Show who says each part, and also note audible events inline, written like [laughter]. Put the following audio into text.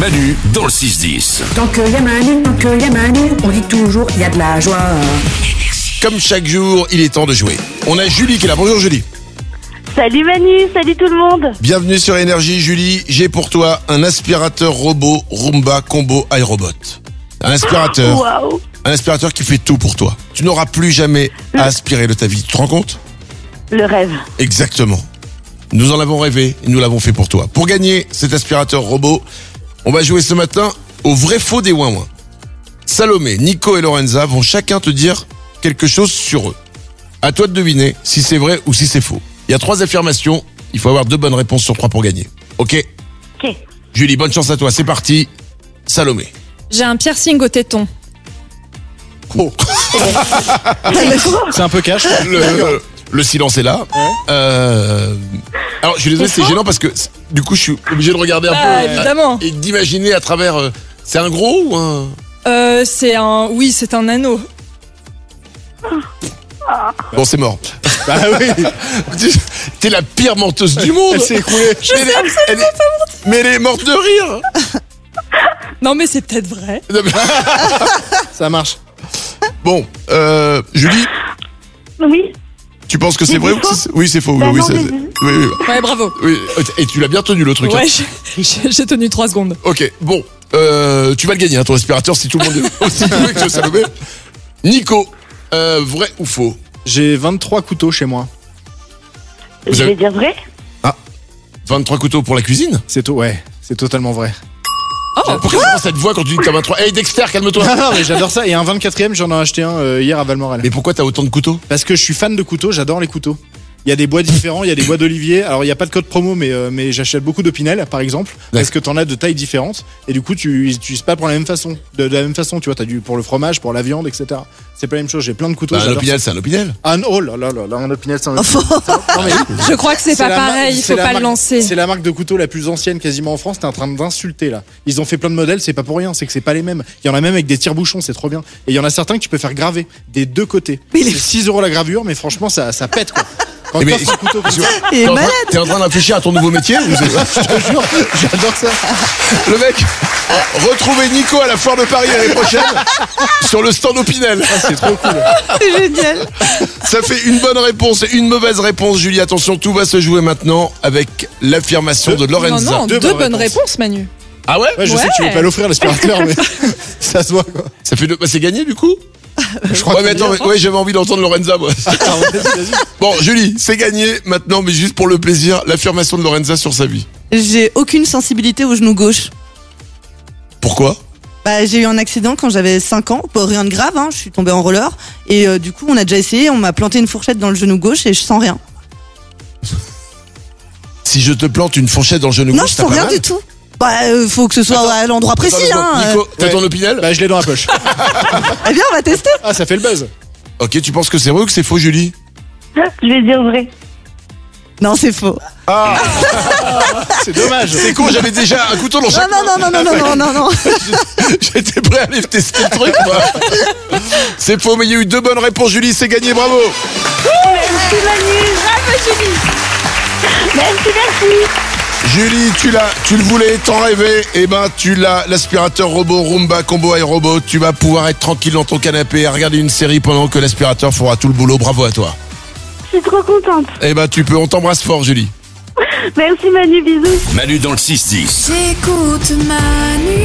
Speaker 1: Manu dans le 6-10.
Speaker 2: Tant qu'il y a Manu, tant qu'il y a Manu, on dit toujours il y a de la joie.
Speaker 3: Comme chaque jour, il est temps de jouer. On a Julie qui est là. Bonjour Julie.
Speaker 4: Salut Manu, salut tout le monde.
Speaker 3: Bienvenue sur Énergie Julie. J'ai pour toi un aspirateur robot Roomba Combo iRobot. Un aspirateur.
Speaker 4: Waouh.
Speaker 3: Un aspirateur qui fait tout pour toi. Tu n'auras plus jamais à aspirer de ta vie. Tu te rends compte
Speaker 4: Le rêve.
Speaker 3: Exactement. Nous en avons rêvé et nous l'avons fait pour toi. Pour gagner cet aspirateur robot, on va jouer ce matin au vrai faux des ouin Salomé, Nico et Lorenza vont chacun te dire quelque chose sur eux. À toi de deviner si c'est vrai ou si c'est faux. Il y a trois affirmations, il faut avoir deux bonnes réponses sur trois pour gagner. Ok
Speaker 4: Ok.
Speaker 3: Julie, bonne chance à toi, c'est parti. Salomé.
Speaker 5: J'ai un piercing au téton.
Speaker 4: [laughs]
Speaker 3: Oh.
Speaker 6: C'est un peu cash. quoi.
Speaker 3: le, le silence est là. Euh, alors, je suis désolé, c'est gênant parce que c- du coup, je suis obligé de regarder un
Speaker 6: Ah,
Speaker 5: Bah,
Speaker 3: peu euh,
Speaker 5: évidemment.
Speaker 3: et d'imaginer à travers. euh, c'est un gros ou un.
Speaker 5: Euh, c'est un. Oui, c'est un anneau.
Speaker 3: Bon, c'est mort.
Speaker 6: Bah oui.
Speaker 3: Tu- [laughs] T'es la pire menteuse du monde.
Speaker 6: Elle s'est écoulée.
Speaker 3: Mais elle est- elle est- Mais elle est morte de rire.
Speaker 5: Non, mais c'est peut-être vrai.
Speaker 3: Non, mais-
Speaker 6: Ça marche.
Speaker 3: Bon, euh, Julie,
Speaker 4: Oui.
Speaker 3: tu penses que c'est
Speaker 4: Mais
Speaker 3: vrai
Speaker 4: c'est
Speaker 3: ou
Speaker 4: faux.
Speaker 3: que c'est- Oui, c'est faux.
Speaker 4: Bah
Speaker 3: oui,
Speaker 4: non,
Speaker 3: oui,
Speaker 4: mais-
Speaker 3: c'est- oui, oui,
Speaker 5: Ouais, bravo.
Speaker 3: oui. Et tu l'as bien tenu le truc. hein.
Speaker 5: Ouais, j'ai- j'ai j'ai tenu 3 secondes.
Speaker 3: Ok, bon, euh, tu vas le gagner, hein, ton aspirateur, si tout le monde [laughs] est aussi doué que Salomé. Nico, euh, vrai ou faux
Speaker 6: J'ai 23 couteaux chez moi.
Speaker 3: Vous
Speaker 4: Je
Speaker 3: avez-
Speaker 4: vais dire vrai. [laughs]
Speaker 3: 23 couteaux pour la cuisine
Speaker 6: C'est tout. Ouais. C'est totalement vrai. [laughs]
Speaker 5: Oh,
Speaker 3: Pourquoi tu prends cette voix quand tu dis que t'as 23 Hey Dexter, calme-toi [laughs]
Speaker 6: Non, non, mais j'adore ça. Et un 24ème, j'en ai acheté un euh, hier à Valmorel.
Speaker 3: Mais pourquoi t'as autant de couteaux
Speaker 6: Parce que je suis fan de couteaux, j'adore les couteaux. Il y a des bois différents, il y a des bois d'olivier. Alors il n'y a pas de code promo, mais, euh, mais j'achète beaucoup de Pinel, par exemple, parce que t'en as de tailles différentes. Et du coup, tu n'utilises pas pour la même façon. De, de la même façon, tu vois, t'as du pour le fromage, pour la viande, etc. C'est pas la même chose. J'ai plein de couteaux.
Speaker 3: bah, Un
Speaker 6: j'adore
Speaker 3: opinel, c'est un opinel.
Speaker 6: ça. Un oh là là là là, un opinel,
Speaker 5: [laughs]
Speaker 6: c'est un opinel. Non, mais-
Speaker 5: je crois que c'est pas
Speaker 6: la mar-
Speaker 5: pareil, il
Speaker 6: c'est
Speaker 5: faut
Speaker 6: la
Speaker 5: pas le
Speaker 6: marque-
Speaker 5: [laughs]
Speaker 6: C'est
Speaker 5: lancer.
Speaker 6: la marque de couteau la plus ancienne quasiment en France. T'es en train d'insulter là. Ils ont fait plein de modèles, c'est pas pour rien, c'est que c'est pas les mêmes. Il y en a même avec des tire-bouchons, c'est trop bien. Et il y en a certains que tu peux faire graver des deux côtés. C'est 6 euros la gravure, mais franchement ça, ça
Speaker 3: [laughs]
Speaker 6: pète quoi. Quand
Speaker 3: Mais-
Speaker 6: t'offres un couteau, comme ça,
Speaker 3: T'es en, train- t'es en train de réfléchir à ton nouveau métier ou c'est-
Speaker 6: je te jure, j'adore ça.
Speaker 3: [laughs] Le mec, euh, retrouvez Nico à la foire de Paris l'année prochaine [laughs] sur le stand opinel.
Speaker 6: C'est trop cool.
Speaker 7: C'est génial.
Speaker 3: Ça fait une bonne réponse et une mauvaise réponse, Julie. Attention, tout va se jouer maintenant avec l'affirmation de
Speaker 5: Non,
Speaker 3: Lorenza.
Speaker 5: non,
Speaker 6: Deux
Speaker 5: deux,
Speaker 6: bonnes
Speaker 5: bonnes
Speaker 6: réponses.
Speaker 5: réponses, Manu.
Speaker 3: Ah ouais
Speaker 6: Ouais, je sais
Speaker 5: Ouais.
Speaker 6: que tu veux pas l'offrir l'aspirateur,
Speaker 3: [laughs]
Speaker 6: mais ça se voit quoi.
Speaker 3: Ça fait deux. Bah, c'est gagné du coup
Speaker 6: Je crois
Speaker 3: ouais, mais attends, mais- ouais, j'avais envie d'entendre Lorenza, [laughs] moi.
Speaker 6: que-
Speaker 3: [laughs]
Speaker 6: Vas-y, vas-y.
Speaker 3: Bon, Julie, c'est gagné maintenant, mais juste pour le plaisir, l'affirmation de Lorenza sur sa vie.
Speaker 7: J'ai aucune sensibilité au genou gauche.
Speaker 3: Pourquoi
Speaker 7: Bah, j'ai eu un accident quand j'avais 5 ans, pas rien de grave, hein, je suis tombée en roller. Et euh, du coup, on a déjà essayé, on m'a planté une fourchette dans le genou gauche et je sens rien.
Speaker 3: Si je te plante une fourchette dans le genou
Speaker 7: non,
Speaker 3: gauche,
Speaker 7: je
Speaker 3: t'as
Speaker 7: sens
Speaker 3: pas
Speaker 7: rien
Speaker 3: mal
Speaker 7: du tout. Bah, euh, faut que ce soit à l'endroit
Speaker 3: Attends,
Speaker 7: précis.
Speaker 3: attends,
Speaker 7: hein,
Speaker 3: Nico, t'as
Speaker 6: Ouais.
Speaker 3: ton opinel
Speaker 6: Bah, je l'ai dans la poche.
Speaker 7: euh. Eh bien, on va tester.
Speaker 6: Ah, ça fait le buzz.
Speaker 3: Ok, tu penses que c'est vrai ou que c'est faux, Julie
Speaker 4: Je vais dire vrai.
Speaker 7: Non, c'est faux.
Speaker 6: C'est dommage.
Speaker 3: C'est con, j'avais déjà un couteau dans
Speaker 7: Non,
Speaker 3: chaque.
Speaker 7: non, non, non, non, non, non, non.
Speaker 3: [laughs] J'étais prêt à aller tester le truc, moi. C'est faux, mais il y a eu deux bonnes réponses, Julie, c'est gagné, bravo
Speaker 4: Merci Manu. Merci, merci.
Speaker 3: Julie, tu l'as, tu le voulais, t'en rêvais, et ben tu l'as, l'aspirateur robot Roomba Combo iRobot, tu vas pouvoir être tranquille dans ton canapé à regarder une série pendant que l'aspirateur fera tout le boulot, bravo à toi.
Speaker 4: Je suis trop contente.
Speaker 3: Eh ben tu peux, on t'embrasse fort Julie.
Speaker 4: Merci Manu, bisous.
Speaker 1: Manu dans le 6-10.
Speaker 8: J'écoute Manu